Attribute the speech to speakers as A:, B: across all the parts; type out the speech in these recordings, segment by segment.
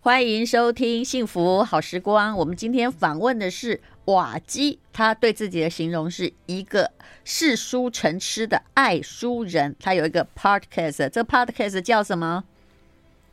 A: 欢迎收听《幸福好时光》。我们今天访问的是瓦基，他对自己的形容是一个嗜书成痴的爱书人。他有一个 podcast，这 podcast 叫什么？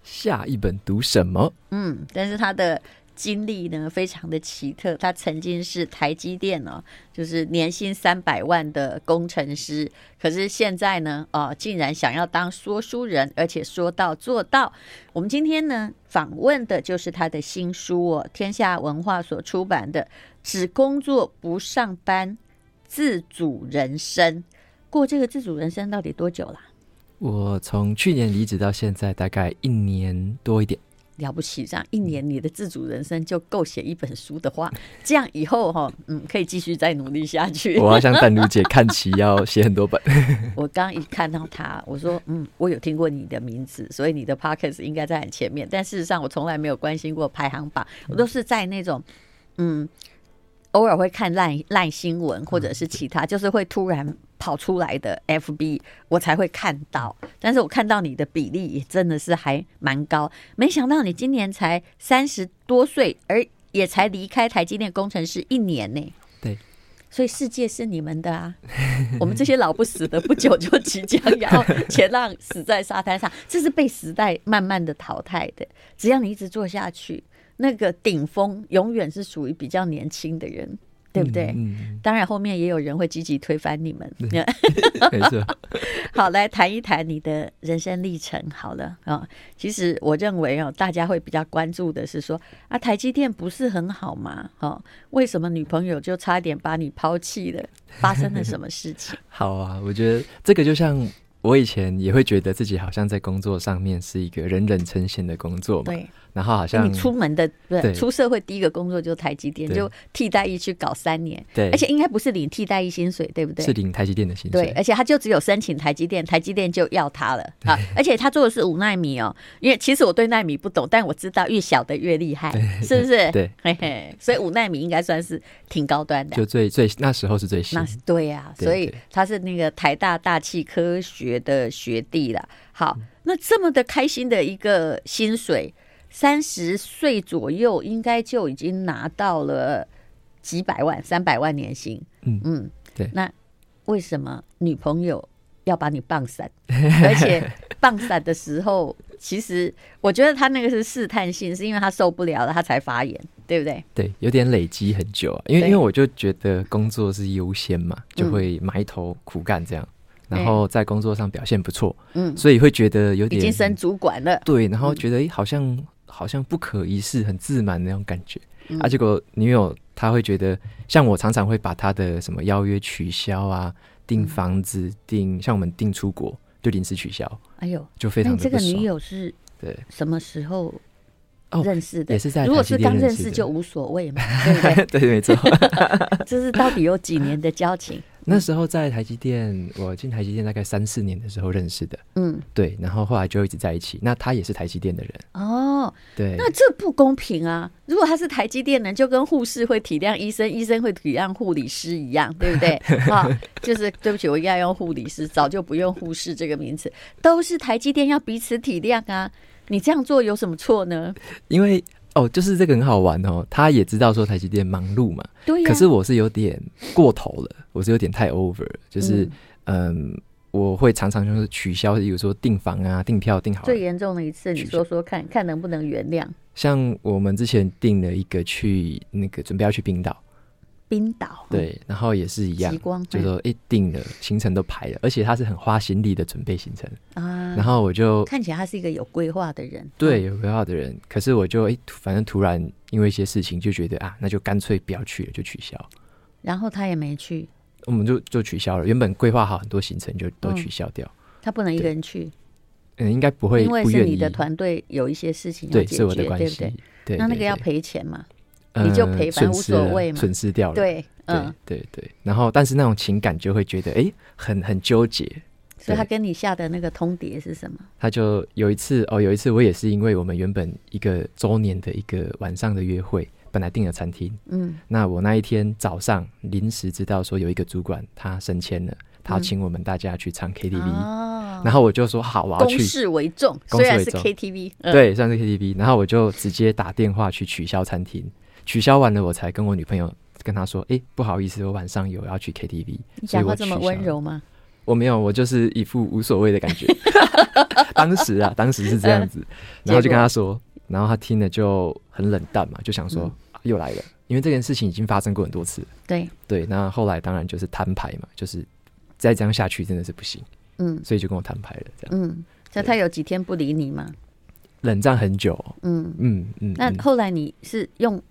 B: 下一本读什么？
A: 嗯，但是他的经历呢，非常的奇特。他曾经是台积电哦，就是年薪三百万的工程师，可是现在呢，啊、竟然想要当说书人，而且说到做到。我们今天呢，访问的就是他的新书哦，天下文化所出版的《只工作不上班，自主人生》。过这个自主人生到底多久啦、
B: 我从去年离职到现在，大概一年多一点。
A: 了不起，这样一年你的自主人生就够写一本书的话，这样以后哈、嗯，可以继续再努力下去。
B: 我要向淡如姐看齐，要写很多本。
A: 我刚一看到他，我说，嗯，我有听过你的名字，所以你的 podcast 应该在很前面。但事实上，我从来没有关心过排行榜，我都是在那种，嗯，偶尔会看烂烂新闻或者是其他，就是会突然跑出来的 FB，我才会看到。但是我看到你的比例也真的是还蛮高，没想到你今年才三十多岁，而也才离开台积电工程师一年呢、
B: 对，
A: 所以世界是你们的啊， 我们这些老不死的，不久就即将要前浪死在沙滩上，这是被时代慢慢的淘汰的。只要你一直做下去，那个顶峰永远是属于比较年轻的人，对不对？
B: 嗯，
A: 当然，后面也有人会积极推翻你们。
B: 嗯没错。
A: 好，来谈一谈你的人生历程好了啊、其实我认为哦，大家会比较关注的是说啊，台积电不是很好吗？哦，为什么女朋友就差一点把你抛弃了？发生了什么事 情？
B: 好啊，我觉得这个就像我以前也会觉得自己好像在工作上面是一个人人称羡的工作嘛，
A: 对，哎
B: 然后好像
A: 你出门的不是
B: 对
A: 出社会第一个工作就是台积电，
B: 对
A: 就替代役去搞三年，
B: 对
A: 而且应该不是领替代役薪水，对不对？
B: 是领台积电的薪
A: 对，
B: 水，
A: 而且他就只有申请台积电，台积电就要他了啊！而且他做的是五纳米哦，因为其实我对纳米不懂，但我知道越小的越厉 害，是不是？
B: 对，
A: 嘿嘿，所以五纳米应该算是挺高端的。
B: 就最最那时候是最新
A: 那。是对呀、
B: 对
A: 所以
B: 对
A: 他是那个台大大气科学的学弟啦。好，
B: 嗯
A: 那这么的开心的一个薪水，三十岁左右应该就已经拿到了几百万、三百万年薪。
B: 嗯
A: 嗯，
B: 对
A: 那为什么女朋友要把你棒 散？而且棒散的时候，其实我觉得他那个是试探性，是因为他受不了了，他才发言，对不对？
B: 对，有点累积很久啊，因为
A: 对
B: 因为我就觉得工作是优先嘛，就
A: 嗯
B: 会埋头苦干这样，
A: 对
B: 然后在工作上表现不错，
A: 嗯，
B: 所以会觉得有
A: 已
B: 点
A: 经升嗯主管了。
B: 对，然后觉得诶好像好像不可一世，很自满的那种感觉。
A: 嗯
B: 啊，结果女友她会觉得，像我常常会把她的什么邀约取消啊，
A: 嗯
B: 订房子、订像我们订出国就临时取消，
A: 哎呦，
B: 就非
A: 那
B: 常
A: 你
B: 的
A: 这
B: 不
A: 个
B: 爽。
A: 女友是
B: 对，
A: 什么时候
B: 哦
A: 认识的？
B: 也是在
A: 如果
B: 台积
A: 是
B: 电
A: 刚认
B: 认识
A: 识
B: 的
A: 就无所谓嘛， 对不对？
B: 对，没错。
A: 这是到底有几年的交 情？
B: 那时候在台积电，我进台积电大概三四年的时候认识的，
A: 嗯，
B: 对，然后后来就一直在一起。那她也是台积电的人，
A: 哦，
B: 对，
A: 那这不公平啊！如果他是台积电人，就跟护士会体谅医生，医生会体谅护理师一样，对不 对？啊、就是对不起，我应该用护理师，早就不用护士这个名词，都是台积电要彼此体谅啊。你这样做有什么错呢？
B: 因为哦，就是这个很好玩哦，她也知道说台积电忙碌嘛，
A: 对啊呀、
B: 可是我是有点过头了，我是有点太 over，了就是嗯我会常常就是取消，比如说订房啊、订票、订好了
A: 最严重的一次，你说说看看能不能原谅
B: 像我们之前订了一个去那个准备要去冰岛，
A: 哦冰岛？
B: 对，然后也是一样
A: 极，光
B: 就说一订了行程都排了，而且他是很花心力的准备行程，
A: 啊，
B: 然后我就
A: 看起来他是一个有规划的人。嗯
B: 对有规划的人，可是我就哎、突反正突然因为一些事情就觉得啊，那就干脆不要去了，就取消。
A: 然后他也没去，
B: 我们就就取消了，原本规划好很多行程就都
A: 嗯
B: 取消掉。
A: 他不能一个人去，
B: 嗯，应该不会
A: 因为
B: 不
A: 是
B: 愿意。
A: 你的团队有一些事情要
B: 对，
A: 解
B: 是
A: 决，
B: 我的
A: 对
B: 关
A: 不
B: 系
A: 对？。
B: 对，
A: 那那
B: 对
A: 个要
B: 对
A: 赔钱嘛？
B: 呃
A: 你就赔反正无
B: 损失
A: 所
B: 了
A: 谓嘛
B: 损失掉了。
A: 对，
B: 对
A: 嗯，
B: 对对。然后，但是那种情感就会觉得，哎，很很纠结。
A: 所以他
B: 对
A: 跟你下的那个通牒是什么？
B: 他就有一次哦，有一次我也是因为我们原本一个周年的一个晚上的约会，本来订了餐厅，
A: 嗯，
B: 那我那一天早上临时知道说有一个主管他升迁了，他
A: 嗯
B: 请我们大家去唱 KTV，、
A: 哦，
B: 然后我就说好，我要
A: 公
B: 去。
A: 事为重，
B: 公
A: 虽
B: 事
A: 然
B: 为
A: 是
B: 重
A: KTV，、嗯、
B: 对，算是 KTV。然后我就直接打电话去取消餐厅，取消完了，我才跟我女朋友跟她说：“诶，不好意思，我晚上有要去 KTV，
A: 你
B: 所以
A: 讲
B: 我
A: 话这么
B: 取消
A: 温柔吗？
B: 我没有，我就是一副无所谓的感 觉。当时啊，当时是这样子，
A: 嗯
B: 然后就跟他说，然后他听了就很冷淡嘛，就想说、
A: 嗯
B: 啊又来了，因为这件事情已经发生过很多次了。
A: 对，
B: 对，那后来当然就是摊牌嘛，就是再这样下去真的是不行，
A: 嗯
B: 所以就跟我摊牌了，这样
A: 嗯，那他有几天不理你吗？
B: 冷战很久。
A: 嗯，
B: 嗯嗯，
A: 那
B: 嗯
A: 后来你是用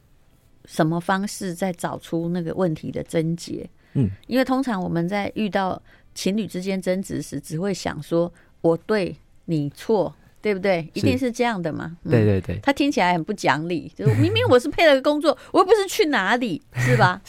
A: 什么方式在找出那个问题的症结？
B: 嗯，
A: 因为通常我们在遇到情侣之间争执时，只会想说我对你错，对不对？一
B: 是
A: 定是这样的嘛？嗯
B: 对对对，
A: 他听起来很不讲理，就是明明我是配了个工作，我又不是去哪 里，是吧？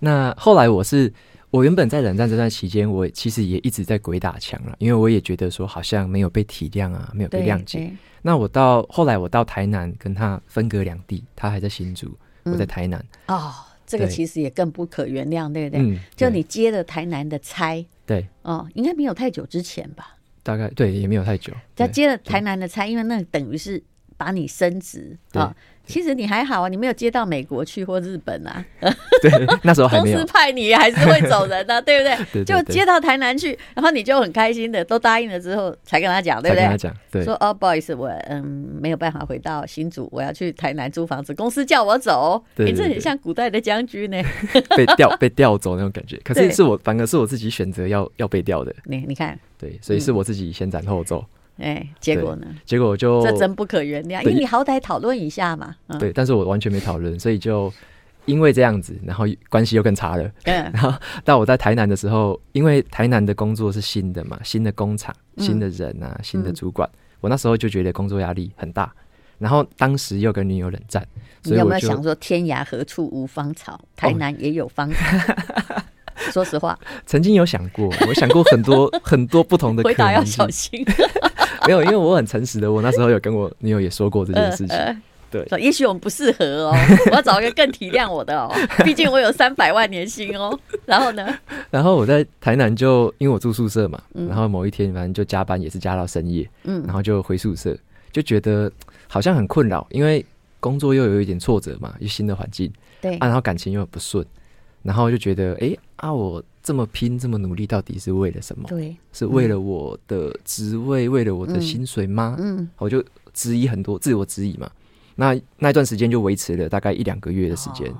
B: 那后来我是，我原本在冷战这段期间，我其实也一直在鬼打墙啊了，因为我也觉得说好像没有被体谅啊，没有被
A: 对，
B: 谅解。
A: 对
B: 那我到后来我到台南跟他分隔两地，他还在新竹，
A: 嗯
B: 我在台南。
A: 哦，这个
B: 对
A: 其实也更不可原谅，对不对？
B: 嗯，
A: 就
B: 对
A: 你接了台南的差
B: 对，
A: 哦，应该没有太久之前吧？
B: 大概对也没有太久。
A: 他
B: 对
A: 接了台南的差，因为那等于是把你升职啊、哦。其实你还好啊，你没有接到美国去或日本啊，
B: 对，那时候还
A: 公
B: 没
A: 司
B: 有。
A: 派你还是会走人 的、对不对？
B: 对对
A: 就
B: 对
A: 接到台南去，然后你就很开心的，都答应了之后才跟他讲，对
B: 才
A: 不
B: 跟他
A: 对？
B: 讲，对
A: 说哦，不好意思，我嗯没有办法回到新竹，我要去台南租房子，公司叫我走。
B: 对
A: 诶
B: 对
A: 这很
B: 对
A: 像古代的将军 呢。
B: 被调被调走那种感觉，可
A: 对
B: 是是我反而是我自己选择要要被调的，
A: 你你看，
B: 对，所以
A: 嗯
B: 是我自己先斩后奏，
A: 哎，结果呢？
B: 结果我就
A: 这真不可原谅，因
B: 哦对
A: 为你好歹讨论一下嘛。嗯，
B: 对，但是我完全没讨论，所以就因为这样子，然后关系又更差了，
A: 嗯
B: 然后到我在台南的时候，因为台南的工作是新的嘛，新的工厂、
A: 嗯
B: 新的人啊、新的主管，我那时候就觉得工作压力很大。然后当时又跟女友冷战，
A: 你
B: 所以
A: 有
B: 我
A: 没有
B: 就哦
A: 想说，天涯何处无芳草？台南也有芳草。 说实话，
B: 曾经有想过， 我想过很多很多不 同的
A: 回
B: 可
A: 答要
B: 能性
A: 小。心。
B: 没有，因为我很诚实的，我那时候有跟我女友也说过这件事情。
A: 呃
B: 对
A: 说也许我们不适合哦，我要找一个更体谅我的哦，毕竟我有三百万年薪哦。然后 呢，
B: 然后我在台南就因为我住宿舍嘛，
A: 呃嗯
B: 然后某一天反正就加班也是加到深夜，
A: 嗯
B: 然后就回宿舍，就觉得好像很困扰，因为工作又有一点挫折嘛，又新的环境，
A: 对
B: 啊，然后感情又很不顺，然后就觉得，诶，啊，我这么拼这么努力，到底是为了什么？
A: 对，
B: 是为了我的职位，为了我的
A: 嗯
B: 薪水吗？
A: 嗯，
B: 我就质疑很多，自我质疑嘛。那那一段时间就维持了大概一两个月的时间，
A: 哦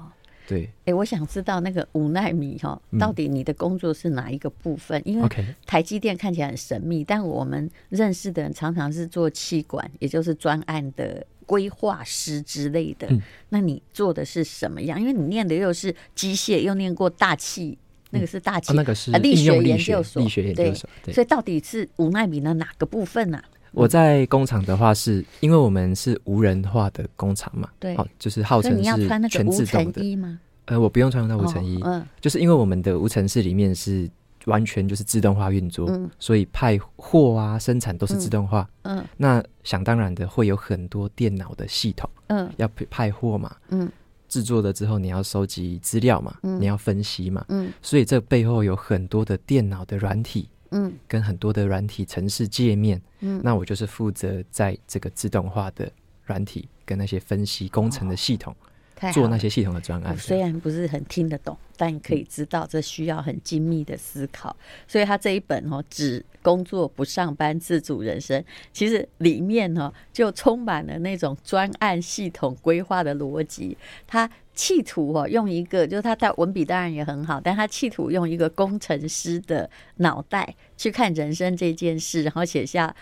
B: 对
A: 哎、我想知道那个五纳米哈、
B: 嗯
A: 到底你的工作是哪一个部分？因为嗯
B: ，OK，
A: 台积电看起来很神秘，但我们认识的人常常是做气管，也就是专案的规划师之类的。
B: 嗯
A: 那你做的是什么样？因为你念的又是机械，又念过大气，那个是大气，
B: 啊，那个是
A: 啊力
B: 应用
A: 学
B: 力
A: 研
B: 学
A: 究所
B: 力学研究
A: 对
B: 所，对。
A: 所以到底是五纳米的哪个部分呢、啊
B: 我在工厂的话是，因为我们是无人化的工厂嘛，
A: 对
B: 好、就是号
A: 所以
B: 称
A: 你要
B: 是
A: 穿那个
B: 全
A: 无
B: 自
A: 尘
B: 动的。
A: 衣吗？
B: 呃，我不用穿到无尘衣，
A: 哦
B: 就是因为我们的无尘室里面是完全就是自动化运作，
A: 嗯
B: 所以派货啊、生产都是自动化。
A: 嗯嗯
B: 那想当然的会有很多电脑的系统
A: 嗯
B: 要派派货嘛，
A: 嗯
B: 制作了之后你要收集资料嘛，
A: 嗯
B: 你要分析嘛，
A: 嗯
B: 所以这背后有很多的电脑的软体，
A: 嗯
B: 跟很多的软体城市界面，
A: 嗯
B: 那我就是负责在这个自动化的软体跟那些分析工程的系统、
A: 哦太好
B: 做
A: 了
B: 那些系统的专案
A: 我。虽然不是很听得懂，但可以知道这需要很精密的思考。所以他这一本哦，只工作不上班，自主人生，其实里面呢、哦、就充满了那种专案系统规划的逻辑。他企图哦用一个，就是他在文笔当然也很好，但他企图用一个工程师的脑袋去看人生这件事，然后写下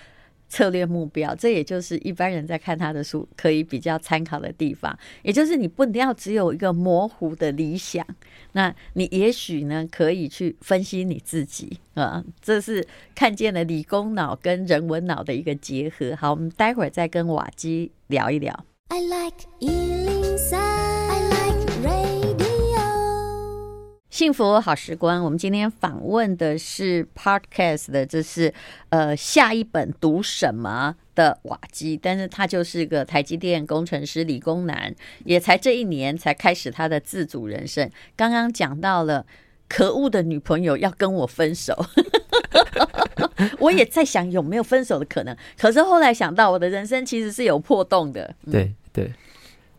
A: 策略目标，这也就是一般人在看他的书可以比较参考的地方。也就是你不要只有一个模糊的理想，那你也许呢可以去分析你自己啊、这是看见了理工脑跟人文脑的一个结合。好，我们待会儿再跟瓦基聊一聊。
C: I like Ealing Sound. I like radio.
A: 幸福好时光，我们今天访问的是 Podcast 的，这是呃下一本读什么的瓦基，但是他就是个台积电工程师理工男，也才这一年才开始他的自主人生。刚刚讲到了可恶的女朋友要跟我分手。 我也在想有没有分手的可能，可是后来想到我的人生其实是有破洞的。嗯
B: 对对，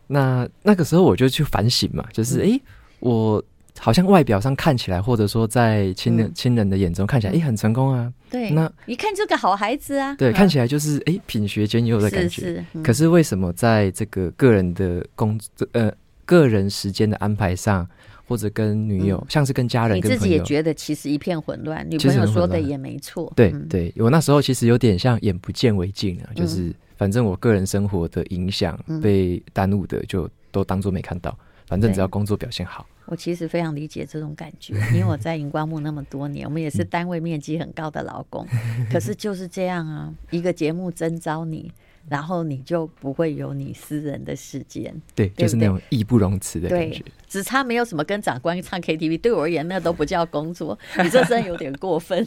B: 那那个时候我就去反省嘛，
A: 嗯
B: 就是诶，我好像外表上看起来，或者说在亲人
A: 嗯
B: 亲人的眼中看起来，诶，很成功啊，
A: 对，
B: 那
A: 一看就是个好孩子啊。
B: 对，
A: 嗯
B: 看起来就是诶，品学兼优的感
A: 是
B: 觉。
A: 是，嗯
B: 可是为什么在这个个人的工作呃个人时间的安排上，或者跟女友，
A: 嗯
B: 像是跟家人
A: 你
B: 跟
A: 自己
B: 朋
A: 也
B: 友，
A: 觉得其实一片混乱，女
B: 其
A: 朋
B: 实
A: 友
B: 很混
A: 说的
B: 乱
A: 也没错。
B: 对
A: 嗯
B: 对，我那时候其实有点像眼不见为净啊，就是反正我个人生活的影响
A: 嗯
B: 被耽误的，就都当做没看到。反正
A: 对
B: 只要工作表现好，
A: 我其实非常理解这种感觉，因为我在荧光幕那么多年，我们
B: 嗯
A: 也是单位面积很高的劳 工，可是就是这样啊，一个节目征召你，然后你就不会有你私人的时间，
B: 对，
A: 对
B: 就是那种义不容辞的感觉
A: 对。，只差没有什么跟长官唱 KTV，对我而言那都不叫工作，你这真的有点过分。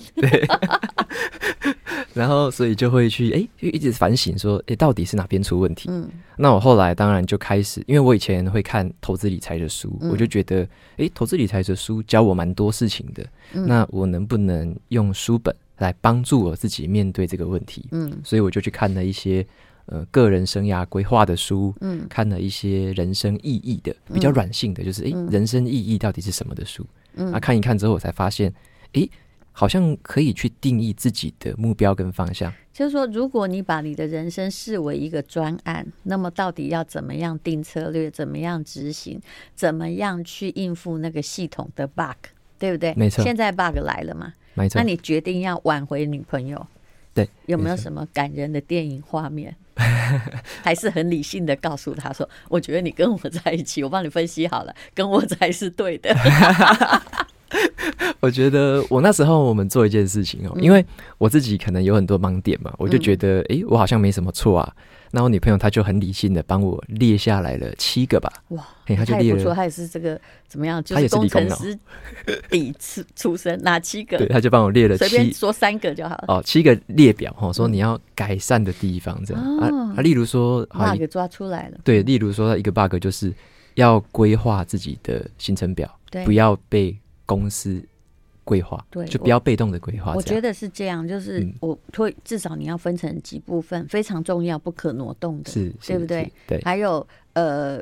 B: 然后，所以就会去哎、就一直反省说，哎、到底是哪边出问题？
A: 嗯，
B: 那我后来当然就开始，因为我以前会看投资理财的书，
A: 嗯
B: 我就觉得，哎、投资理财的书教我蛮多事情的。
A: 嗯
B: 那我能不能用书本来帮助我自己面对这个问题？
A: 嗯
B: 所以我就去看了一些呃个人生涯规划的书，
A: 嗯
B: 看了一些人生意义的比较软性的，就是诶、人生意义到底是什么的书。
A: 嗯
B: 啊，看一看之后，我才发现，诶、好像可以去定义自己的目标跟方向。
A: 就是说，如果你把你的人生视为一个专案，那么到底要怎么样定策略，怎么样执行，怎么样去应付那个系统的 bug，对不对？
B: 没错
A: 现在 bug 来了嘛，
B: 没错
A: 那，你决定要挽回女朋友，
B: 对，
A: 有没有
B: 没错
A: 什么感人的电影画面？ 还是很理性的告诉他说：“我觉得你跟我在一起，我帮你分析好了，跟我才是对 的。
B: 我觉得我那时候我们做一件事情
A: 嗯
B: 哦，因为我自己可能有很多盲点嘛，我就觉得，诶、我好像没什么错啊。那我女朋友她就很理性的帮我列下来了七个吧，”
A: 哇，
B: 嘿，哎她就
A: 他
B: 列
A: 也不错，
B: 了，
A: 他也是这个怎么样？就
B: 他也是
A: 工
B: 理工
A: 程
B: 脑
A: 师底出出身，哪七个
B: 对，？她就帮我列了
A: 随便
B: 七
A: 说三个就好了。
B: 哦，七个列表哈，说你要改善的地方这样、
A: 哦
B: 啊啊，例如说，好
A: bug 抓出来了，
B: 对，例如说一个 bug 就是要规划自己的行程表，
A: 对
B: 不要被公司规划，
A: 对
B: 就不要被动的规划
A: 我
B: 这
A: 觉
B: 样。
A: 得是这样，就是
B: 嗯
A: 我会至少你要分成几部分，非常重要、不可挪动的，
B: 是，是
A: 对不对哎
B: 是？对，
A: 还有呃，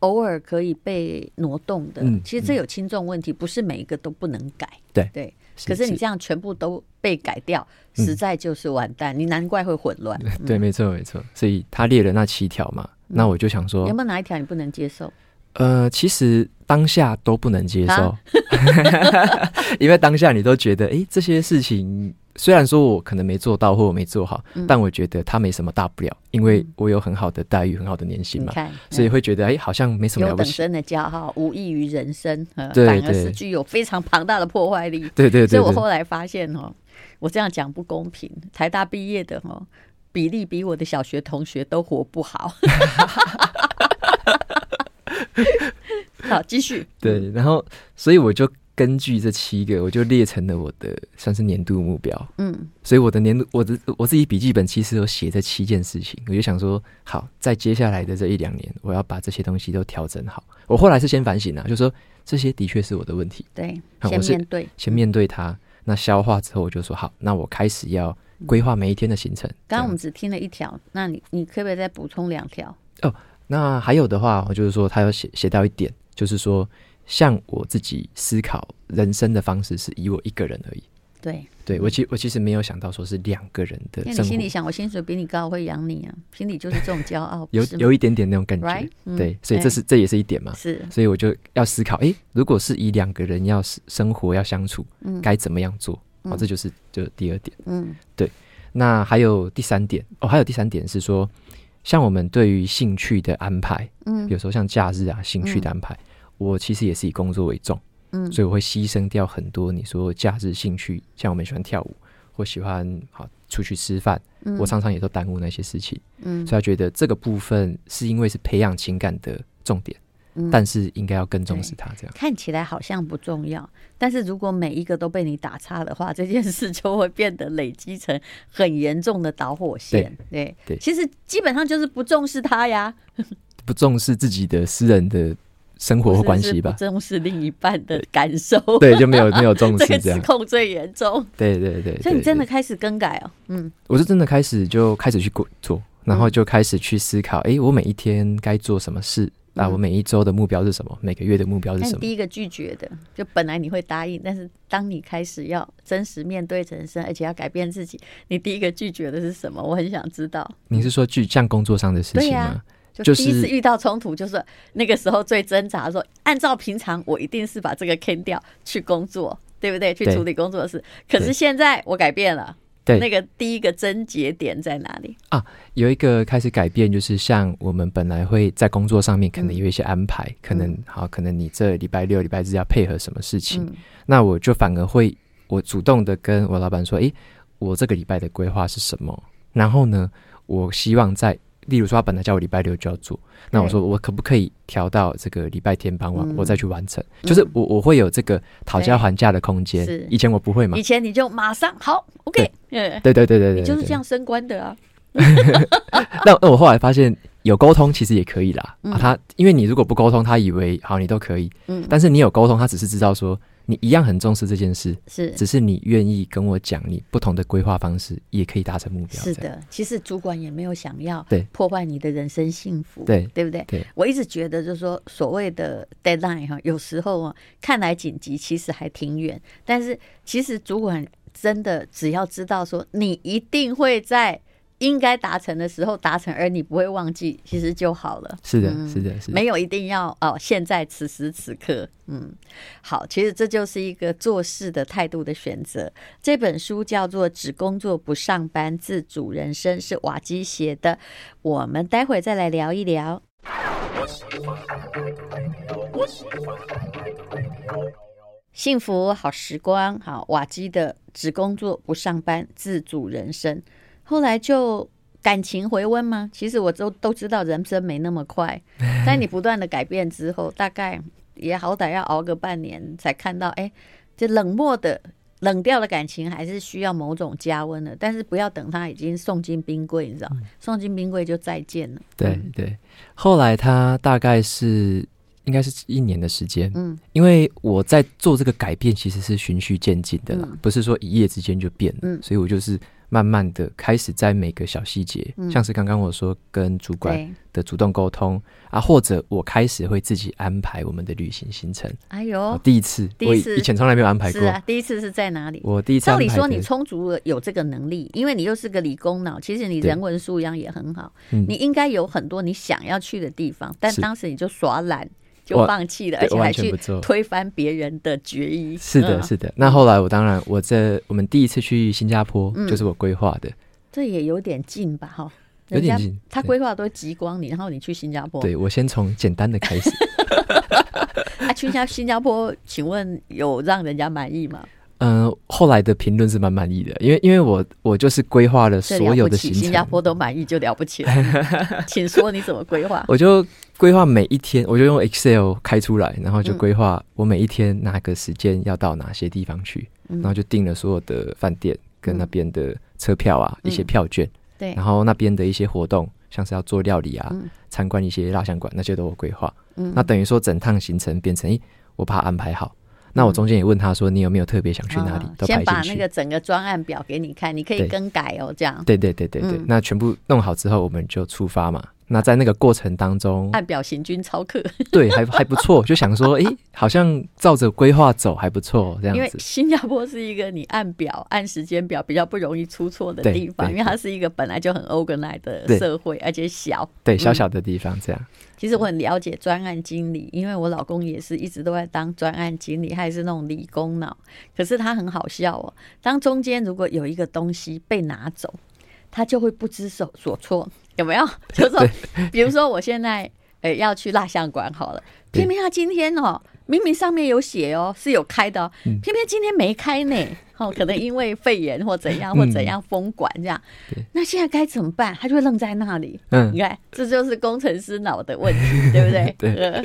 A: 偶尔可以被挪动的，
B: 嗯
A: 其实这有轻重问题，不是每一个都不能改，
B: 对
A: 对。可是你这样全部都被改掉，
B: 嗯
A: 实在就是完蛋，你难怪会混乱。
B: 对，没错没错。所以他列了那七条嘛，那我就想说
A: 嗯有，没有哪一条你不能接受？
B: 呃，其实当下都不能接受
A: 啊，
B: 因为当下你都觉得，诶，这些事情虽然说我可能没做到或我没做好，
A: 嗯
B: 但我觉得它没什么大不了，因为我有很好的待遇、很好的年薪
A: 你
B: 嘛，
A: 看，
B: 所以
A: 嗯
B: 会觉得，诶，好像没什么
A: 有
B: 了不
A: 等
B: 起。
A: 身的骄傲无异于人生，呃
B: 对
A: 反而
B: 对
A: 是具有非常庞大的破坏力。
B: 对对
A: 所
B: 对
A: 以我
B: 对，
A: 后来发现哦，我这样讲不公平。台大毕业的哦，比例比我的小学同学都活不 好。好，继续。
B: 对，然后所以我就根据这七个，我就列成了我的算是年度目标。
A: 嗯，
B: 所以我的年度，我的我自己笔记本其实有写这七件事情，我就想说，好，在接下来的这一两年，我要把这些东西都调整好。我后来是先反省啊，就说这些的确是我的问题，
A: 对，
B: 好
A: 先
B: 我是
A: 面对。
B: 先面对它，那消化之后，我就说好，那我开始要规划每一天的行程。
A: 刚刚我
B: 这
A: 们
B: 样
A: 只听了一条，那你你可不可以再补充两条？
B: 哦那还有的话，我就是说，他有写写到一点，就是说，像我自己思考人生的方式是以我一个人而已。
A: 对，
B: 对我其我其实没有想到说是两个人的
A: 因为
B: 生
A: 你
B: 活
A: 心，里想，我薪水比你高，我会养你啊，心里就是这种骄傲，
B: 有
A: 是吗
B: 有一点点那种感觉。
A: right？嗯
B: 对，所以这是、这也是一点嘛。
A: 是
B: 所以我就要思考，诶，如果是以两个人要生生活要相处，
A: 嗯
B: 该怎么样做？
A: 嗯，
B: 哦这就是就是第二点。
A: 嗯
B: 那还有第三点哦，还有第三点是说，像我们对于兴趣的安排，
A: 嗯
B: 有时候像假日啊，兴趣的安排，我其实也是以工作为重，
A: 嗯
B: 所以我会牺牲掉很多。你说假日兴趣，像我们喜欢跳舞，或喜欢好出去吃饭，
A: 嗯
B: 我常常也都耽误那些事情。
A: 嗯
B: 所以他觉得这个部分是因为是培养情感的重点，
A: 嗯
B: 但是应该要更重视它这样。
A: 看起来好像不重要，但是如果每一个都被你打岔的话，这 件事就会变得累积成很严重的导火线。对
B: 对
A: 其实基本上就是不重视它呀。
B: 不重视自己的私人的生活或关系
A: 是
B: 吧
A: 不。重视另一半的感受，
B: 对，就没有没有 重
A: 这
B: 视
A: 个
B: 这
A: 指
B: 样。
A: 控最严重。
B: 对对对对
A: 所以你真的
B: 对
A: 开始更改哦，嗯，
B: 我是真的开始就开始去过做，然后就开始去思考，诶，我每一天该做什么事啊？
A: 嗯
B: 我每一周的目标是什么？每个月的目标是
A: 但你
B: 什么？
A: 第一个拒绝的，就本来你会答应，但是当你开始要真实面对人生，而且要改变自己，你第一个拒绝的是什么？我很想知道。
B: 你是说去像工作上的事
A: 对啊
B: 情
A: 呀
B: 吗？
A: 就
B: 就是
A: 第一次遇到冲突，就是那个时候最挣扎说按照平常我一定是把这个坑掉去工作，对不对？去
B: 对
A: 处理工作的事。可是
B: 对
A: 现在我改变了，
B: 对
A: 那个第一个症结点在哪里？
B: 有一个开始改变，就是像我们本来会在工作上面可能
A: 嗯
B: 有一些安排，可能好，可能你这礼拜六、礼拜日要配合什么事情，
A: 嗯
B: 那我就反而会我主动的跟我老板说，诶，我这个礼拜的规划是什么？然后呢，我希望在，例如说，他本来叫我礼拜六就要做，那我说我可不可以调到这个礼拜天傍晚、
A: 嗯
B: 我再去完成？就是我我会有这个讨价还价的空
A: 对是
B: 间，以前我不会嘛
A: 以。前你就马上好，OK，嗯，
B: 对对对对对，
A: 你就是
B: 对
A: 这样升官的啊。
B: 那那我后来发现有沟通其实也可以啦。
A: 嗯
B: 啊、他因为你如果不沟通，他以为好你都可以，
A: 嗯，
B: 但是你有沟通，他只是知道说你一样很重视这件事，
A: 是
B: 只是你愿意跟我讲你不同的规划方式，也可以达成目标。
A: 是
B: 这样，
A: 的，其实主管也没有想要
B: 对
A: 破坏你的人生幸福，
B: 对
A: 对不对？
B: 对
A: 我一直觉得就是说所谓的 deadline 哈，有时候啊看来紧急，其实还挺远，但是其实主管真的只要知道说你一定会在应该达成的时候达成，而你不会忘记，其实就好了。
B: 是的，
A: 嗯
B: 是的，是的。
A: 没有一定要哦，现在此时此刻，嗯，好，其实这就是一个做事的态度的选择。这本书叫做《只工作不上班：自主人生》，是瓦基写的。我们待会再来聊一聊。幸福好时光，好瓦基的只工作不上班，自主人生。后来就感情回温吗？其实我都都知道人生没那么 快，但你不断的改变之后，大概也好歹要熬个半年才看到，哎，这冷漠的冷掉的感情还是需要某种加温的，但是不要等它已经送进冰柜，你知道，送进冰柜就再见了。
B: 嗯对
A: 嗯
B: 对，后来他大概是应该是一年的时间，
A: 嗯，
B: 因为我在做这个改变其实是循序渐进的啦，
A: 嗯
B: 不是说一夜之间就变了，
A: 嗯
B: 所以我就是慢慢的开始在每个小细节，
A: 嗯
B: 像是刚刚我说跟主管
A: 对，
B: 的主动沟通啊，或者我开始会自己安排我们的旅行行程。
A: 哎
B: 哦
A: 呦，，
B: 第一次，
A: 第一
B: 我以
A: 次
B: 以前从来没有安排
A: 是
B: 过，
A: 啊，第一次是在哪里？
B: 我第一次
A: 照
B: 安
A: 理
B: 排
A: 说，
B: 的
A: 你充足了有这个能力，因为你又是个理工脑，其实你
B: 对
A: 人文素养也很好，
B: 嗯
A: 你应该有很多你想要去的地方，但
B: 是
A: 当时你就耍懒，就
B: 我
A: 放弃了，
B: 对
A: 而且
B: 我
A: 还
B: 完全
A: 去
B: 不做
A: 推翻别人的决议。
B: 是的，
A: 嗯
B: 是的。那后来我当然，我这我们第一次去新加坡，
A: 嗯
B: 就是我规划的，
A: 这也有点近吧？哈，
B: 有
A: 人家
B: 点近
A: 他
B: 对
A: 规划都极光你，然后你去新加坡，
B: 对我先从简单的开始。
A: 啊，去一下新加坡，请问有让人家满意吗？
B: 嗯、后来的评论是蛮满意的，因为因为我我就是规划了
A: 这
B: 所
A: 了
B: 有
A: 不
B: 的
A: 起，
B: 行
A: 新加
B: 程，
A: 坡都满意就了不 起了。请说你怎么规 划？
B: 我就规划每一天，我就用 Excel 开出来，然后就
A: 嗯
B: 规划我每一天哪个时间要到哪些地方去，
A: 嗯
B: 然后就订了所有的饭店跟
A: 嗯
B: 那边的车票啊，一些
A: 嗯
B: 票券，
A: 对
B: 然，后那边的一些活动，像是要做料理啊，
A: 嗯
B: 参观一些蜡像馆，那些都我规划。
A: 嗯
B: 那等于说整趟行程变成，诶，我把它安排好。那我中间也问他说，你有没有特别想去哪里？
A: 啊
B: 都
A: 嗯先
B: 排
A: 把
B: 进
A: 那
B: 去。
A: 个整个专案表给你看，你可以
B: 对
A: 更改哦，这样
B: 对对对对对，
A: 嗯
B: 那全部弄好之后，我们就出发嘛。那在那个过程当中，
A: 按表行军超课，
B: 对，还还不错，就想说，诶，好像照着规划走还不错，这
A: 因
B: 样
A: 为
B: 子。
A: 新加坡是一个你按表、按时间表比较不容易出错的
B: 对
A: 地方，
B: 对
A: 因为它是一个本来就很 organized 的
B: 对
A: 社会，而且小。
B: 对，小小的地方这样。
A: 其实我很了解专案经理，因为我老公也是一直都在当专案经理，他也是那种理工脑。可是他很好笑哦，当中间如果有一个东西被拿走，他就会不知所所措，有 没有？就是说，比如说我现在呃要去蜡像馆好了，
B: 对
A: 偏偏他今天哦，明明上面有写哦是有开的、哦，偏偏今天没开呢。哦，可能因为肺炎或怎样或怎样封馆这样，那现在该怎么办？他就会愣在那里。
B: 嗯
A: 你，看，这就是工程师脑的问题，对不 对？
B: 对
A: 呃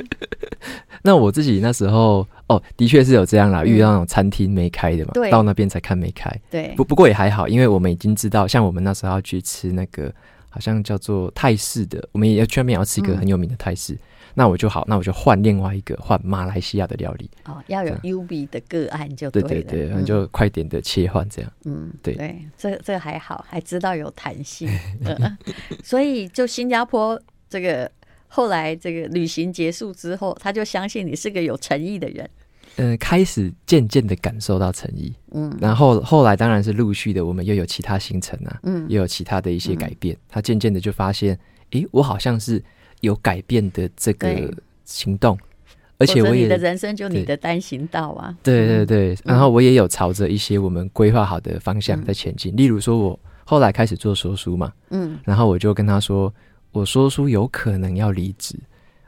B: 那我自己那时候，哦，的确是有这样啦，
A: 嗯
B: 遇到那种餐厅没开的嘛
A: 对，
B: 到那边才看没开。
A: 对
B: 不，不过也还好，因为我们已经知道，像我们那时候要去吃那个好像叫做泰式的，我们也要去那边也要吃一个
A: 嗯
B: 很有名的泰式。那我就好，那我就换另外一个换马来西亚的料理，
A: 哦，要有
B: 这
A: U B 的个案就
B: 对
A: 了。
B: 对对，反
A: 嗯
B: 正就快点的切换这样。
A: 嗯，
B: 对
A: 对，这这还好，还知道有弹 性。嗯所以就新加坡这个后来这个旅行结束之后，他就相信你是个有诚意的人。
B: 嗯、开始渐渐的感受到诚意，
A: 嗯
B: 然后后来当然是陆续的，我们又有其他行程啊，
A: 嗯
B: 也有其他的一些改变。他渐渐的就发现，诶，我好像是有改变的这个
A: 对
B: 行动，而且
A: 否则
B: 我
A: 你
B: 也
A: 的人生就你
B: 对
A: 的单行道啊。
B: 对对对，然后我也有朝着一些我们规划好的方向在前进。例如说，我后来开始做说书嘛，
A: 嗯
B: 然后我就跟他说，我说书有可能要离职。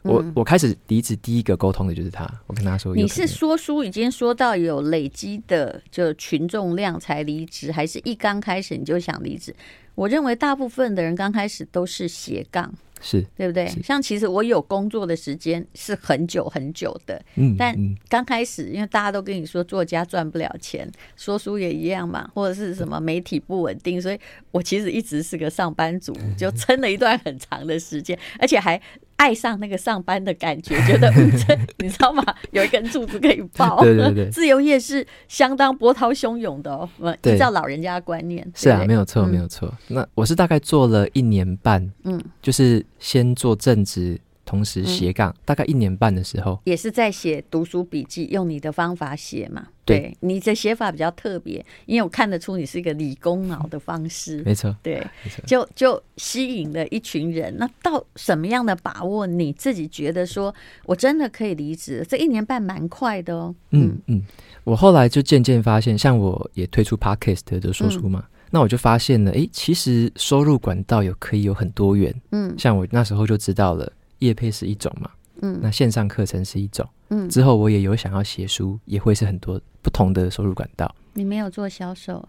B: 我我开始离职第一个沟通的就是他，我跟他说有可
A: 嗯
B: 能，
A: 你是说书已经说到有累积的就群众量才离职，还是一刚开始你就想离职？我认为大部分的人刚开始都是斜杠，
B: 是
A: 对不对？
B: 是
A: 像其实我有工作的时间是很久很久的，
B: 嗯，
A: 但
B: 嗯
A: 刚开始，因为大家都跟你说作家赚不了钱，说书也一样嘛，或者是什么媒体不稳定，所以我其实一直是个上班族，就撑了一段很长的时间， 而且还爱上那个上班的感觉，觉得嗯这你知道吗？有一根柱子可以抱。
B: 对对对
A: 自由业是相当波涛汹涌的哦，呃
B: 对
A: 依照老人家的观念，
B: 是啊，
A: 对不对
B: 没有错，
A: 嗯
B: 没有错。那我是大概做了一年半，
A: 嗯，
B: 就是先做正职，同时斜杠，大概一年半的时候，
A: 也是在写读书笔记，用你的方法写嘛。
B: 对
A: 你的写法比较特别，因为我看得出你是一个理工脑的方式。
B: 没错，
A: 对
B: 没错，
A: 就就吸引了一群人。那到什么样的把握，你自己觉得说我真的可以离职？这一年半蛮快的哦。
B: 嗯嗯。我后来就渐渐发现，像我也推出 podcast 的说书嘛，
A: 嗯
B: 那我就发现了，诶，其实收入管道有可以有很多元，
A: 嗯
B: 像我那时候就知道了，业配是一种嘛，
A: 嗯
B: 那线上课程是一种，
A: 嗯，
B: 之后我也有想要写书，也会是很多不同的收入管道。
A: 你没有做销售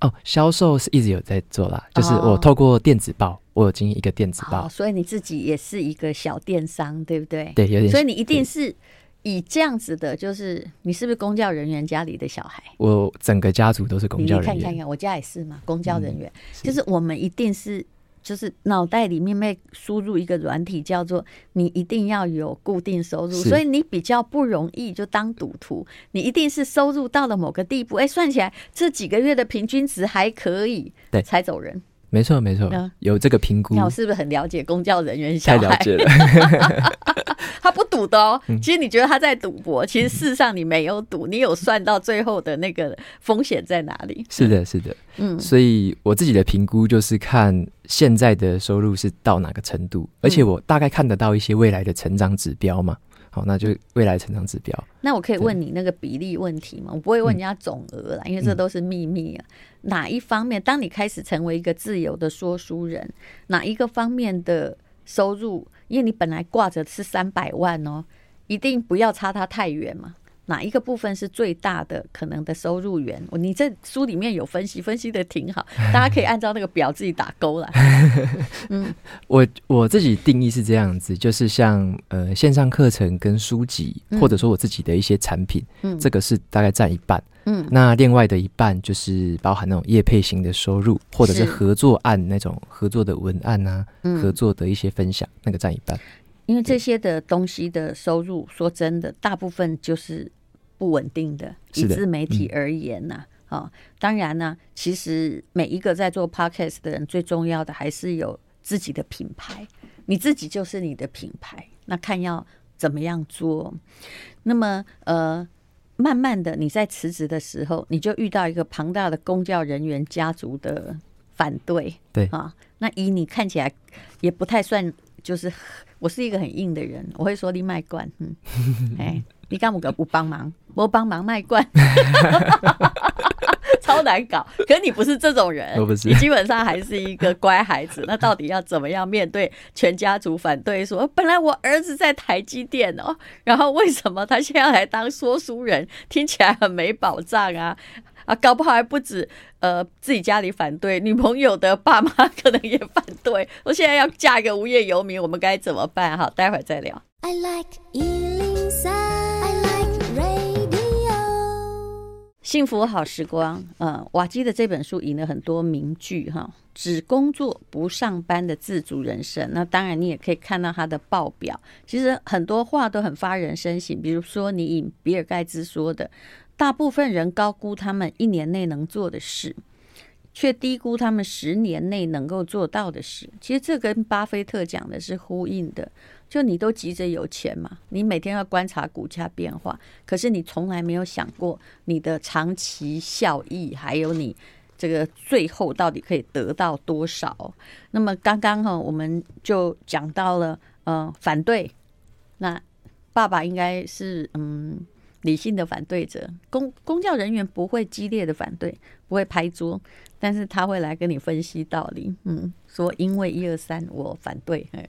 B: 哦，销售是一直有在做啦，就是
A: 哦
B: 我透过电子报，我有经营一个电子报，
A: 哦，所以你自己也是一个小电商，对不对？
B: 对，有点。
A: 所以你一定是以这样子的，就是你是不是公教人员家里的小孩？
B: 我整个家族都是公
A: 你
B: 教
A: 你
B: 人
A: 看看
B: 员，嗯
A: 看，我家也是嘛，公交人员，就是我们一定是就是脑袋里面被输入一个软体，叫做你一定要有固定收入，
B: 是
A: 所以你比较不容易就当赌徒，你一定是收入到了某个地步，哎、算起来这几个月的平均值还可以，
B: 对
A: 才走人。
B: 没错没错
A: 嗯，
B: 有这个评估
A: 你，看我是不是很了解公教人员小
B: 太
A: 孩？
B: 了解了， 嗯
A: 他不赌的哦。其实你觉得他在赌博，其实事实上你没有赌，你有算到最后的那个风险在哪里？
B: 是的，是的，
A: 嗯
B: 所以我自己的评估就是看现在的收入是到哪个程度，而
A: 嗯
B: 且我大概看得到一些未来的成长指标嘛。好，那就未来成长指标，
A: 那我可以问你那个比例问题吗？我不会问人家总额啦，因为这都是秘密啊。哪一方面，当你开始成为一个自由的说书人，哪一个方面的收入？因为你本来挂着是三百万哦，一定不要差它太远嘛。哪一个部分是最大的可能的收入源？我你这书里面有分析，分析的挺好，大家可以按照那个表自己打勾啦。
B: 我我自己定义是这样子，就是像呃线上课程跟书籍，
A: 嗯
B: 或者说我自己的一些产品，
A: 嗯
B: 这个是大概占一半。
A: 嗯
B: 那另外的一半就是包含那种业配型的收入，或者
A: 是
B: 是合作案那种合作的文案啊，
A: 嗯
B: 合作的一些分享，那个占一半。
A: 因为这些的东西的收入，说真的，大部分就是不稳定的。以
B: 是的嗯
A: 自媒体而言呐、哦，当然呢、其实每一个在做 podcast 的人，最重要的还是有自己的品牌，你自己就是你的品牌。那看要怎么样做。那么，呃，慢慢的，你在辞职的时候，你就遇到一个庞大的公教人员家族的反对，
B: 对
A: 啊。那以你看起来也不太算，就是我是一个很硬的人，我会说你卖罐，嗯，哎，你干我个不帮忙，我帮忙卖罐， 超难搞。可你不是这种人，
B: 我不是
A: 你基本上还是一个乖孩子。那到底要怎么样面对全家族反对说？哦本来我儿子在台积电哦，然后为什么他现在来当说书人？听起来很没保障啊！啊，搞不好还不止呃自己家里反对，女朋友的爸妈可能也反对。我现在要嫁一个无业游民，我们该怎么办？好，待会儿再聊。
C: I like Ealing Sound. I like radio.
A: 幸福好时光，嗯，瓦基的这本书引了很多名句哈，只工作不上班的自主人生。那当然，你也可以看到他的报表，其实很多话都很发人深省。比如说，你引比尔盖茨说的，大部分人高估他们一年内能做的事，却低估他们十年内能够做到的事。其实这跟巴菲特讲的是呼应的。就你都急着有钱嘛，你每天要观察股价变化，可是你从来没有想过你的长期效益，还有你这个最后到底可以得到多少。那么刚刚哈，我们就讲到了，呃，反对。那爸爸应该是嗯理性的反对者，公公教人员不会激烈的反对，不会拍桌，但是他会来跟你分析道理，嗯，说因为一二三我反对，哎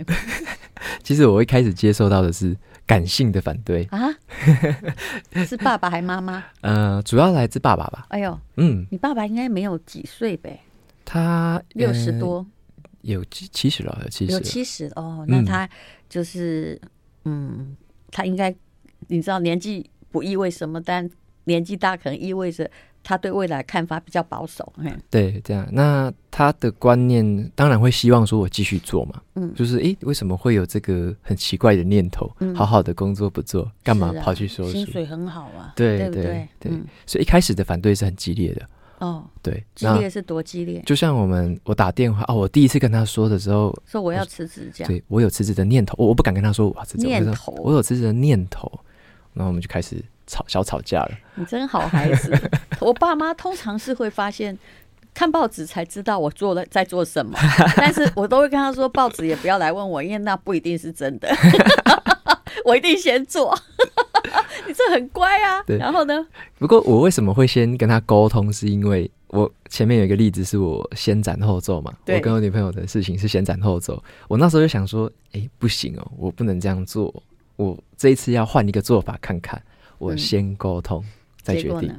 B: 其实我一开始接受到的是感性的反对，
A: 啊，是爸爸还妈妈？
B: 呃，主要来自爸爸吧。
A: 哎呦，
B: 嗯，
A: 你爸爸应该没有几岁呗，
B: 他
A: 六十
B: 呃
A: 多，
B: 有七七十了，有七十
A: 有
B: 了，
A: 七十哦。那
B: 嗯
A: 他就是，嗯，他应该，你知道年纪不意味什么，但年纪大可能意味着他对未来看法比较保守。嘿，
B: 对，这样。那他的观念当然会希望说我继续做嘛，
A: 嗯
B: 就是诶，为什么会有这个很奇怪的念头？
A: 嗯
B: 好好的工作不做，干嘛
A: 是啊
B: 跑去说
A: 薪
B: 书？
A: 水很好啊，
B: 对
A: 不
B: 对
A: 对？
B: 对
A: 嗯，
B: 所以一开始的反对是很激烈的，
A: 哦，
B: 对。
A: 激
B: 那
A: 烈是多激烈，
B: 就像我们我打电话哦，我第一次跟他说的时候，
A: 说我要辞职这样，
B: 对我有辞职的念头，我我不敢跟他说我要辞职，我就
A: 念
B: 说
A: 头
B: 我有辞职的念头，然后我们就开始吵小吵架了。
A: 你真好孩子。 我爸妈通常是会发现。看报纸才知道我做了在做 什么，但是我都会跟他说，报纸也不要来问我，因为那不一定是真 的。我一定先做，你这很乖啊。
B: 对
A: 然后呢，
B: 不过我为什么会先跟他沟通，是因为我前面有一个例子是我先斩后奏嘛，
A: 对
B: 我跟我女朋友的事情是先斩后奏。我那时候就想说，诶，不行哦，我不能这样做，我这一次要换一个做法看看。我
A: 嗯
B: 先沟通、再
A: 结
B: 决
A: 果
B: 定，
A: 呢，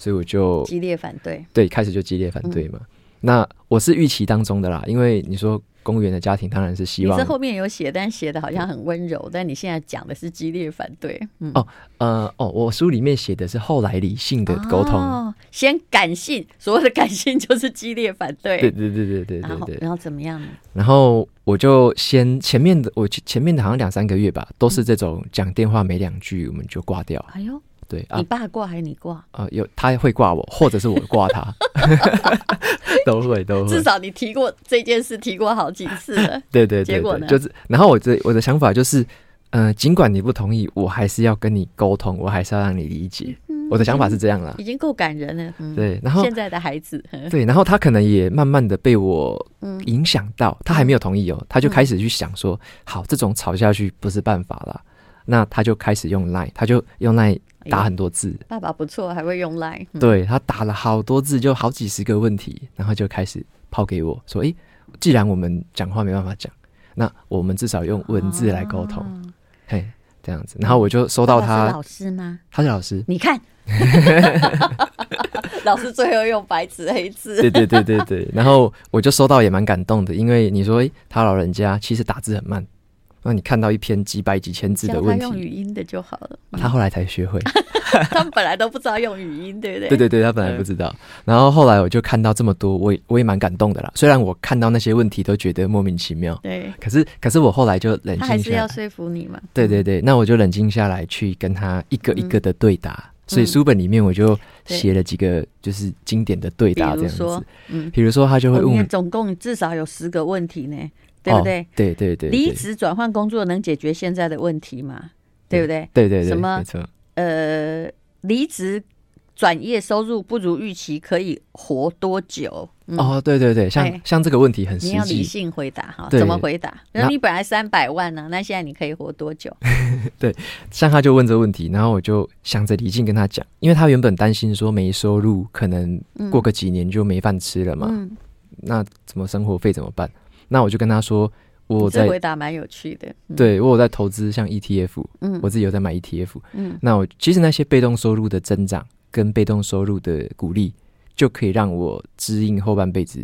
B: 所以我就
A: 激嗯烈反对，
B: 对开始就激烈反对嘛。那我是预期当中的啦，因为你说公务员的家庭当然是希
A: 你
B: 望
A: 这后面有写，但写的好像很温柔，但你现在讲的是激烈反对。嗯，
B: 哦呃哦，我书里面写的是后来理性的沟通，
A: 哦，先感性，所谓的感性就是激烈反对。
B: 对对对对对
A: 然
B: 对
A: 后
B: 对，。
A: 然后怎么样呢？
B: 然后我就先前面的，我前前面的好像两三个月吧，都是这种讲电话没两句我们就挂掉。
A: 哎呦，
B: 对啊
A: 你爸挂还是你挂？
B: 呃，有他会挂我，或者是我挂 他，都会都会
A: 至。少你提过这件事，提过好几次 了。
B: 对对
A: 结
B: 对
A: 果呢
B: 对，就是。然后我这我的想法就是，呃，尽管你不同意，我还是要跟你沟通，我还是要让你理解。我的想法是这样啦。
A: 已经够感人了。嗯，
B: 对，然后
A: 现在的孩子，嗯呵
B: 对，然后他可能也慢慢的被我
A: 嗯
B: 影响到，他还没有同意哦，他就开始去想说，好，这种吵下去不是办法啦。那他就开始用 Line，他就用 Line 打很多字，
A: 爸爸不错，还会用 Line。嗯，
B: 对他打了好多字，就好几十个问题，然后就开始抛给我说，诶，既然我们讲话没办法讲，那我们至少用文字来沟通，
A: 哦
B: 嘿，这样子。然后我就收到
A: 爸爸是
B: 他，
A: 嗯老师吗？，
B: 他是老师
A: 你 看，老师最后用白纸黑字。
B: 对对对对对，然后我就收到也蛮感动的，因为你说诶他老人家其实打字很慢，那你看到一篇几百几千字
A: 教
B: 的
A: 他
B: 问
A: 用语
B: 题，
A: 音的就好了。
B: 他后来才学 会。
A: 他们本来都不知道用语音，对不对？
B: 对对对，他本来不知道。然后后来我就看到这么多，我也我也蛮感动的啦。虽然我看到那些问题都觉得莫名其妙，
A: 对
B: 可是可是我后来就冷
A: 他还
B: 静
A: 是
B: 下
A: 要
B: 来。
A: 说服你嘛。
B: 对对对，那我就冷静下来去跟他一个一个的对答。
A: 嗯
B: 所以书本里面我就写了几个就是经典的对
A: 比
B: 答这
A: 如
B: 样
A: 说
B: 子。，
A: 嗯，
B: 比如说他就会
A: 我
B: 问
A: 们
B: 我，
A: 总共至少有十个问题呢，对不对
B: 哦？对对对，对
A: 离职转换工作能解决现在的问题吗？对不对？
B: 对对对，
A: 什么
B: 没错，
A: 呃，离职转业收入不如预期，可以活多久？嗯，
B: 哦，对对对，像
A: 哎
B: 像这个问题很实
A: 你要理
B: 际，
A: 性回答哈，
B: 对
A: 怎么回答？
B: 那
A: 然后你本来三百万呢、那现在你可以活多久？
B: 像他就问这个问题，然后我就想着理性跟他讲，因为他原本担心说没收入，可能
A: 嗯
B: 过个几年就没饭吃了 嘛，
A: 嗯，
B: 那怎么生活费怎么办？那我就跟他说，我有
A: 这
B: 在
A: 回答蛮有趣的。嗯，
B: 对我有在投资像 ETF，
A: 嗯
B: 我自己有在买 ETF，
A: 嗯，
B: 那我其实那些被动收入的增长跟被动收入的鼓励，就可以让我支应后半辈子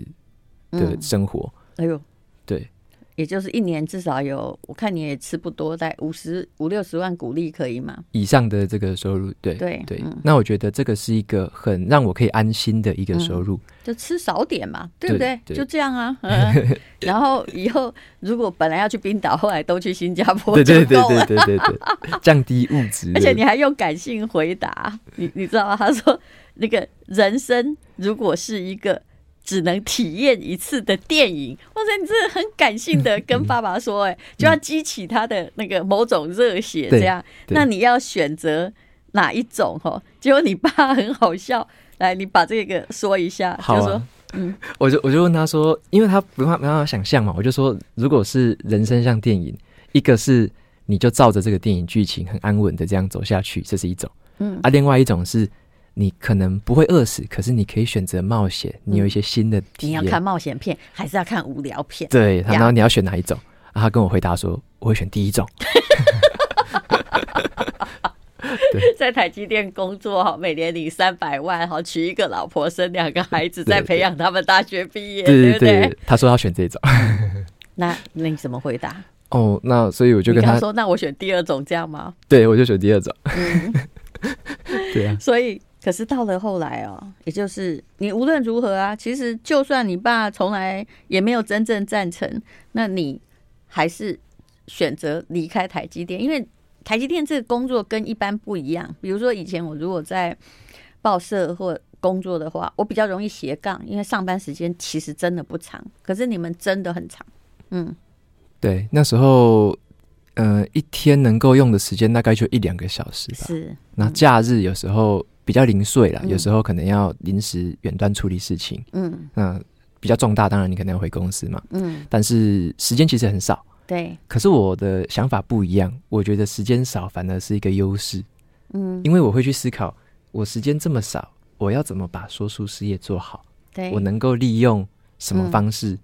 B: 的
A: 嗯
B: 生活。
A: 哎呦，
B: 对，
A: 也就是一年至少有，我看你也吃不多，在五十五六十万鼓励可以吗？
B: 以上的这个收入，对
A: 对
B: 对
A: 嗯，
B: 那我觉得这个是一个很让我可以安心的一个收入，
A: 就吃少点嘛，对不对
B: 对？对
A: 就这样 啊。嗯、然后以后如果本来要去冰岛，后来都去新加坡，
B: 对
A: 就
B: 对对
A: 够了
B: 对对对对，降低物质的，
A: 而且你还用感性回答，你你知道吗？他说那个人生如果是一个只能体验一次的电影，哇塞，你真的很感性的跟爸爸说、哎，就要激起他的那个某种热血，这样。
B: 嗯对
A: 那你要选择哪一种？哦，结果你爸很好笑，来，你把这个说一下，
B: 好
A: 就
B: 啊
A: 说，
B: 嗯，我就我就问他说，因为他不怕没办法想象嘛，我就说，如果是人生像电影，一个是你就照着这个电影剧情很安稳的这样走下去，这是一种，
A: 嗯
B: 啊，另外一种是你可能不会饿死，可是你可以选择冒险，你有一些新的体
A: 你要
B: 验，
A: 看冒险片还是要看无聊片？
B: 对，他
A: 呀
B: 然后你要选哪一种？啊、他跟我回答说，我会选第一种，
A: 在台积电工作哈，每年领三百万哈，娶一个老婆，生两个孩子，再培养他们大学毕业，
B: 对
A: 不
B: 对对，他说要选这种，
A: 那那你怎么回答？
B: 哦，那所以我就
A: 你
B: 跟
A: 跟
B: 他
A: 他，说，那我选第二种，这样吗？
B: 对我就选第二种，嗯 对 啊，
A: 所以，可是到了后来哦，也就是你无论如何啊，其实就算你爸从来也没有真正赞成，那你还是选择离开台积电，因为台积电这个工作跟一般不一样。比如说以前我如果在报社或工作的话，我比较容易斜杠，因为上班时间其实真的不长，可是你们真的很长，嗯，
B: 对，那时候。呃，一天能够用的时间大概就一两个小时吧。
A: 是啊
B: 那假日有时候比较零碎啦，
A: 嗯
B: 有时候可能要临时远端处理事情。
A: 嗯
B: 那比较重大，当然你可能要回公司嘛，
A: 嗯，
B: 但是时间其实很少。
A: 对，
B: 可是我的想法不一样，我觉得时间少反而是一个优势，
A: 嗯
B: 因为我会去思考，我时间这么少，我要怎么把说书事业做好？
A: 对
B: 我，能够利用什么
A: 嗯
B: 方式，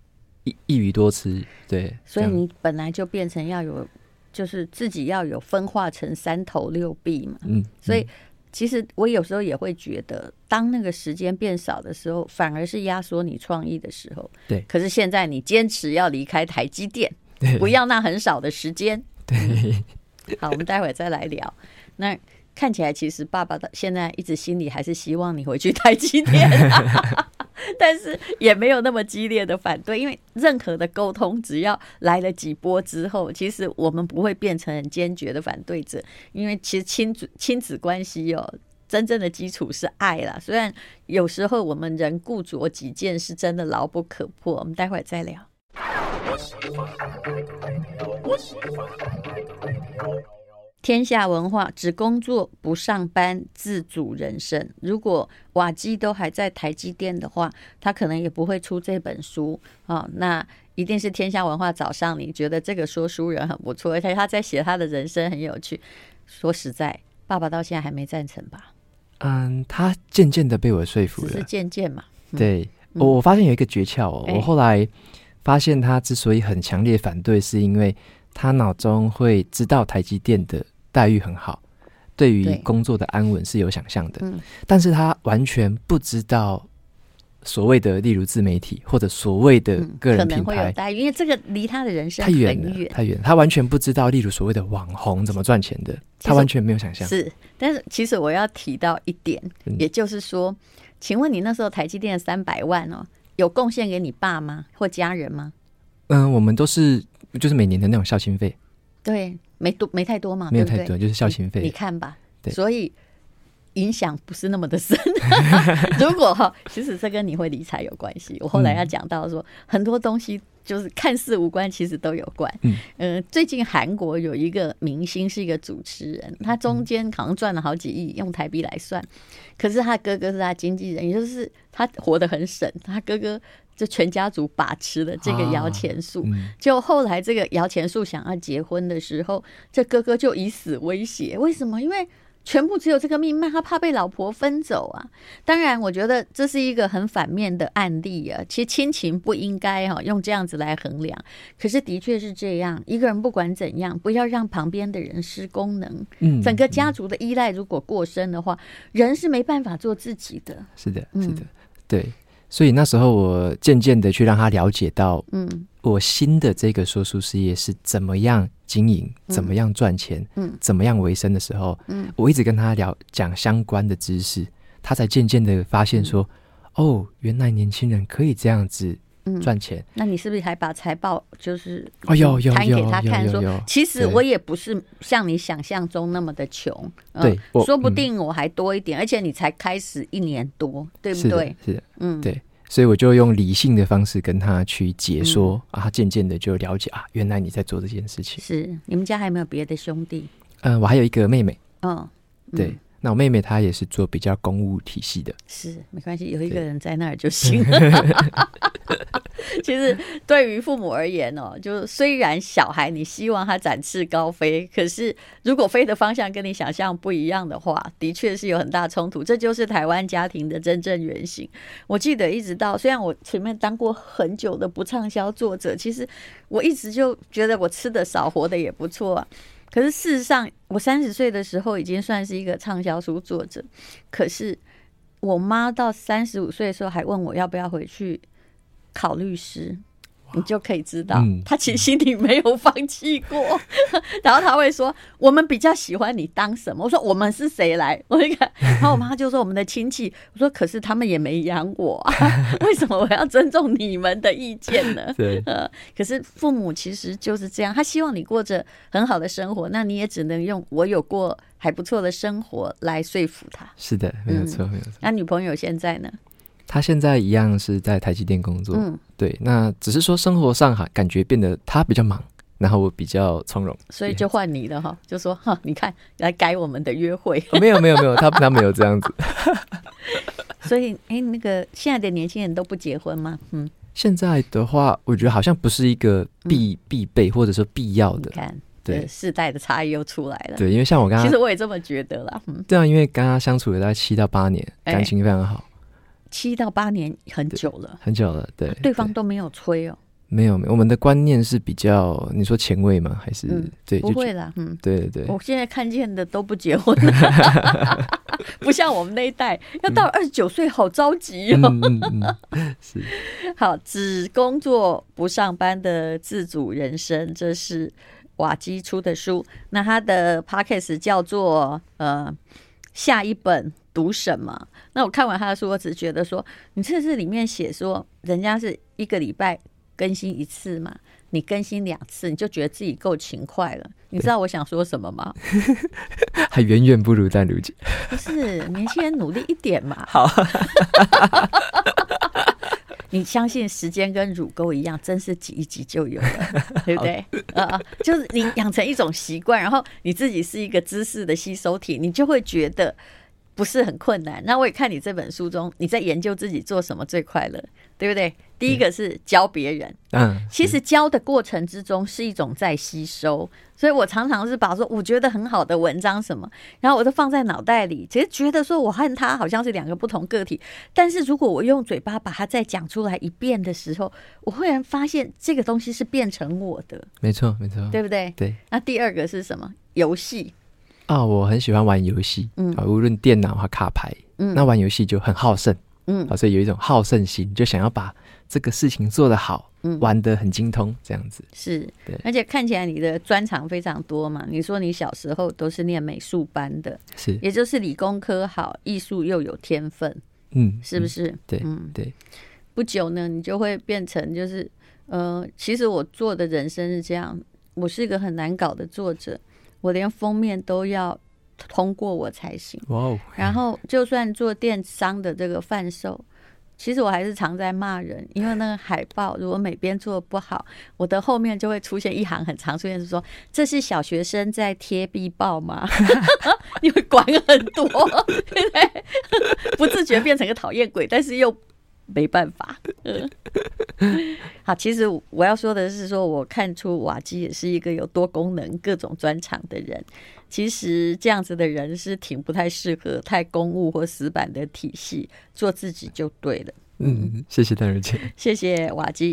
B: 一一鱼多吃？对，
A: 所以
B: 这样
A: 你本来就变成要有，就是自己要有分化成三头六臂嘛。
B: 嗯，
A: 所以其实我有时候也会觉得，当那个时间变少的时候，反而是压缩你创意的时候。
B: 对
A: 可是现在你坚持要离开台积电，不要那很少的时间。嗯
B: 对
A: 好，我们待会再来聊。那看起来其实爸爸的现在一直心里还是希望你回去台积电、啊但是也没有那么激烈的反对，因为任何的沟通，只要来了几波之后，其实我们不会变成很坚决的反对者，因为其实亲子亲子关系哦。真正的基础是爱啦，虽然有时候我们人固着己见是真的牢不可破。我们待会儿再聊。天下文化只工作不上班，自主人生。如果瓦基都还在台积电的话，他可能也不会出这本书啊、那一定是天下文化找上你，觉得这个说书人很不错，而且他在写他的人生很有趣。说实在，爸爸到现在还没赞成吧？
B: 嗯，他渐渐的被我说服
A: 只
B: 了
A: 是。渐渐嘛。
B: 对，我、我发现有一个诀窍哦，
A: 嗯哎
B: 我后来发现他之所以很强烈反对，是因为他脑中会知道台积电的待遇很好，对于
A: 对
B: 工作的安稳是有想象的，
A: 嗯
B: 但是他完全不知道所谓的例如自媒体或者所谓的
A: 嗯，
B: 个
A: 可
B: 人品
A: 能会有
B: 牌。
A: 待遇，因为这个离他的人生
B: 太
A: 很
B: 远了，太远了，他完全不知道，例如所谓的网红怎么赚钱的，他完全没有想象。
A: 是，但是其实我要提到一点，
B: 嗯
A: 也就是说，请问你那时候台积电三百万哦，有贡献给你爸吗或家人吗？
B: 嗯，我们都是就是每年的那种孝心费，
A: 对，没多没太多嘛，
B: 没有
A: 啊对不
B: 太
A: 对
B: 多，就是孝心
A: 你
B: 费。
A: 看吧，
B: 对
A: 所以影响不是那么的深。 如果哈，其实这跟你会理财有关系。我后来要讲到说，很多东西就是看似无关，其实都有关。
B: 嗯
A: 呃，最近韩国有一个明星是一个主持人，
B: 嗯
A: 他中间好像赚了好几亿，用台币来算。可是他哥哥是他经纪人，也就是他活得很省，他哥哥就全家族把持了这个
B: 啊
A: 摇钱树。
B: 嗯，
A: 就后来这个摇钱树想要结婚的时候，这哥哥就以死威胁，为什么？因为全部只有这个命脉，他怕被老婆分走啊。当然，我觉得这是一个很反面的案例啊。其实亲情不应该哈、用这样子来衡量，可是的确是这样。一个人不管怎样，不要让旁边的人失功能。
B: 嗯
A: 整个家族的依赖如果过深的话，人是没办法做自己的。
B: 是的，是的，对。所以那时候我渐渐的去让他了解到
A: 嗯
B: 我新的这个说书事业是怎么样经营、怎么样赚钱、
A: 嗯
B: 怎么样为生的时候，
A: 嗯
B: 我一直跟他聊讲相关的知识，他才渐渐的发现说，哦，原来年轻人可以这样子
A: 嗯，
B: 赚钱。
A: 那你是不是还把财报就是
B: 哦，有有
A: 摊
B: 有
A: 给
B: 有
A: 他看
B: 有
A: 说，
B: 有，
A: 其实
B: 对
A: 我也不是像你想象中那么的穷，嗯
B: 对我
A: 说不
B: 嗯
A: 定我还多一点，而且你才开始一年多，对不
B: 是的
A: 对？，
B: 是的，
A: 嗯，
B: 对所以我就用理性的方式跟他去解说、
A: 嗯
B: 啊，他渐渐的就了解啊，原来你在做这件事情。
A: 是。你们家还有没有别的兄弟？
B: 嗯、我还有一个妹妹，
A: 嗯，嗯
B: 对，那我妹妹她也是做比较公务体系的，
A: 是没关系，有一个
B: 对
A: 人在那儿就行了。 其实对于父母而言哦，就是虽然小孩你希望他展翅高飞，可是如果飞的方向跟你想象不一样的话，的确是有很大冲突。这就是台湾家庭的真正原型。我记得一直到虽然我前面当过很久的不畅销作者，其实我一直就觉得我吃的少，活的也不错啊。可是事实上，我三十岁的时候已经算是一个畅销书作者，可是我妈到三十五岁的时候还问我要不要回去考律师，你就可以知道，
B: 嗯
A: 她其实心里没有放弃过。 然后她会说：“我们比较喜欢你当什么？”我说：“我们是谁来？” 我一看，然后我妈就说：“我们的亲戚。”我说：“可是他们也没养我、啊， 为什么我要尊重你们的意见 呢？”
B: 对，
A: 呃，可是父母其实就是这样，他希望你过着很好的生活，那你也只能用我有过还不错的生活来说服他。
B: 是的，没
A: 嗯
B: 有错，没有错。
A: 那女朋友现在呢？
B: 她现在一样是在台积电工作，
A: 嗯，
B: 对，那只是说生活上哈，感觉变得她比较忙，然后我比较从容。
A: 所以就换你了哈，就说哈，你看来改我们的约会。
B: 哦没有没有没有，她她没有这样子。
A: 所以哎、那个现在的年轻人都不结婚吗？嗯，
B: 现在的话，我觉得好像不是一个必必备或者说必要
A: 你
B: 的，
A: 看，
B: 对
A: 呃世代的差异又出来了。
B: 对，因为像我刚
A: 其
B: 刚
A: 实我也这么觉得啦。嗯，
B: 对啊，因为跟他相处了大概七到八年，
A: 哎
B: 感情非常好，
A: 七到八年很久了，
B: 很久了。对，
A: 对方都没有催哦、
B: 没有没有，我们的观念是比较，你说前卫吗？还是、
A: 嗯
B: 对？
A: 不
B: 就觉
A: 会啦。嗯，
B: 对对对
A: 我，现在看见的都不结婚， 不像我们那一代，要到二十九岁好着急哦。
B: 嗯 嗯嗯，是
A: 好，只工作不上班的自主人生，这是瓦基出的书。那他的 podcast 叫做呃下一本读什么？那我看完他的书，我只觉得说，你这是里面写说，人家是一个礼拜更新一次嘛。你更新两次，你就觉得自己够勤快了。你知道我想说什么吗？
B: 还远远不如淡如姐。
A: 不是，年轻人努力一点嘛。好， 你相信时间跟乳沟一样，真是挤一挤就有了，对不对？啊、啊，就是你养成一种习惯，然后你自己是一个知识的吸收体，你就会觉得不是很困难。那我也看你这本书中，你在研究自己做什么最快乐，对不对？第一个是教别人，
B: 嗯，
A: 其实教的过程之中是一种在吸收，所以我常常是把说我觉得很好的文章什么，然后我都放在脑袋里，其实觉得说我和他好像是两个不同个体，但是如果我用嘴巴把它再讲出来一遍的时候，我忽然发现这个东西是变成我的，
B: 没错没错。
A: 对不对？
B: 嗯对
A: 那第二个是什么？游戏，
B: 啊、我很喜欢玩游戏，
A: 嗯
B: 啊，无论电脑和卡牌，
A: 嗯
B: 那玩游戏就很好胜，
A: 嗯
B: 啊，所以有一种好胜心，就想要把这个事情做得好，
A: 嗯
B: 玩得很精通，这样子。
A: 是
B: 对，
A: 而且看起来你的专长非常多嘛。你说你小时候都是念美术班的，
B: 是，
A: 也就是理工科好，艺术又有天分，
B: 嗯，
A: 是不
B: 嗯？
A: 是？
B: 对，
A: 嗯
B: 对，
A: 不久呢，你就会变成就是，呃，其实我做的人生是这样，我是一个很难搞的作者，我连封面都要通过我才行。
B: 哇哦，
A: 然后就算做电商的这个贩售，其实我还是常在骂人，因为那个海报如果每边做得不好，我的后面就会出现一行很长，出现是说这是小学生在贴壁报吗？ 你会管很多，对不对？ 不自觉变成个讨厌鬼，但是又。没办法，嗯好，其实我要说的是说我看出瓦基也是一个有多功能、各种专长的人。其实这样子的人是挺不太适合太公务或死板的体系，做自己就对了。
B: 嗯嗯，谢谢淡如姐。
A: 谢谢瓦基。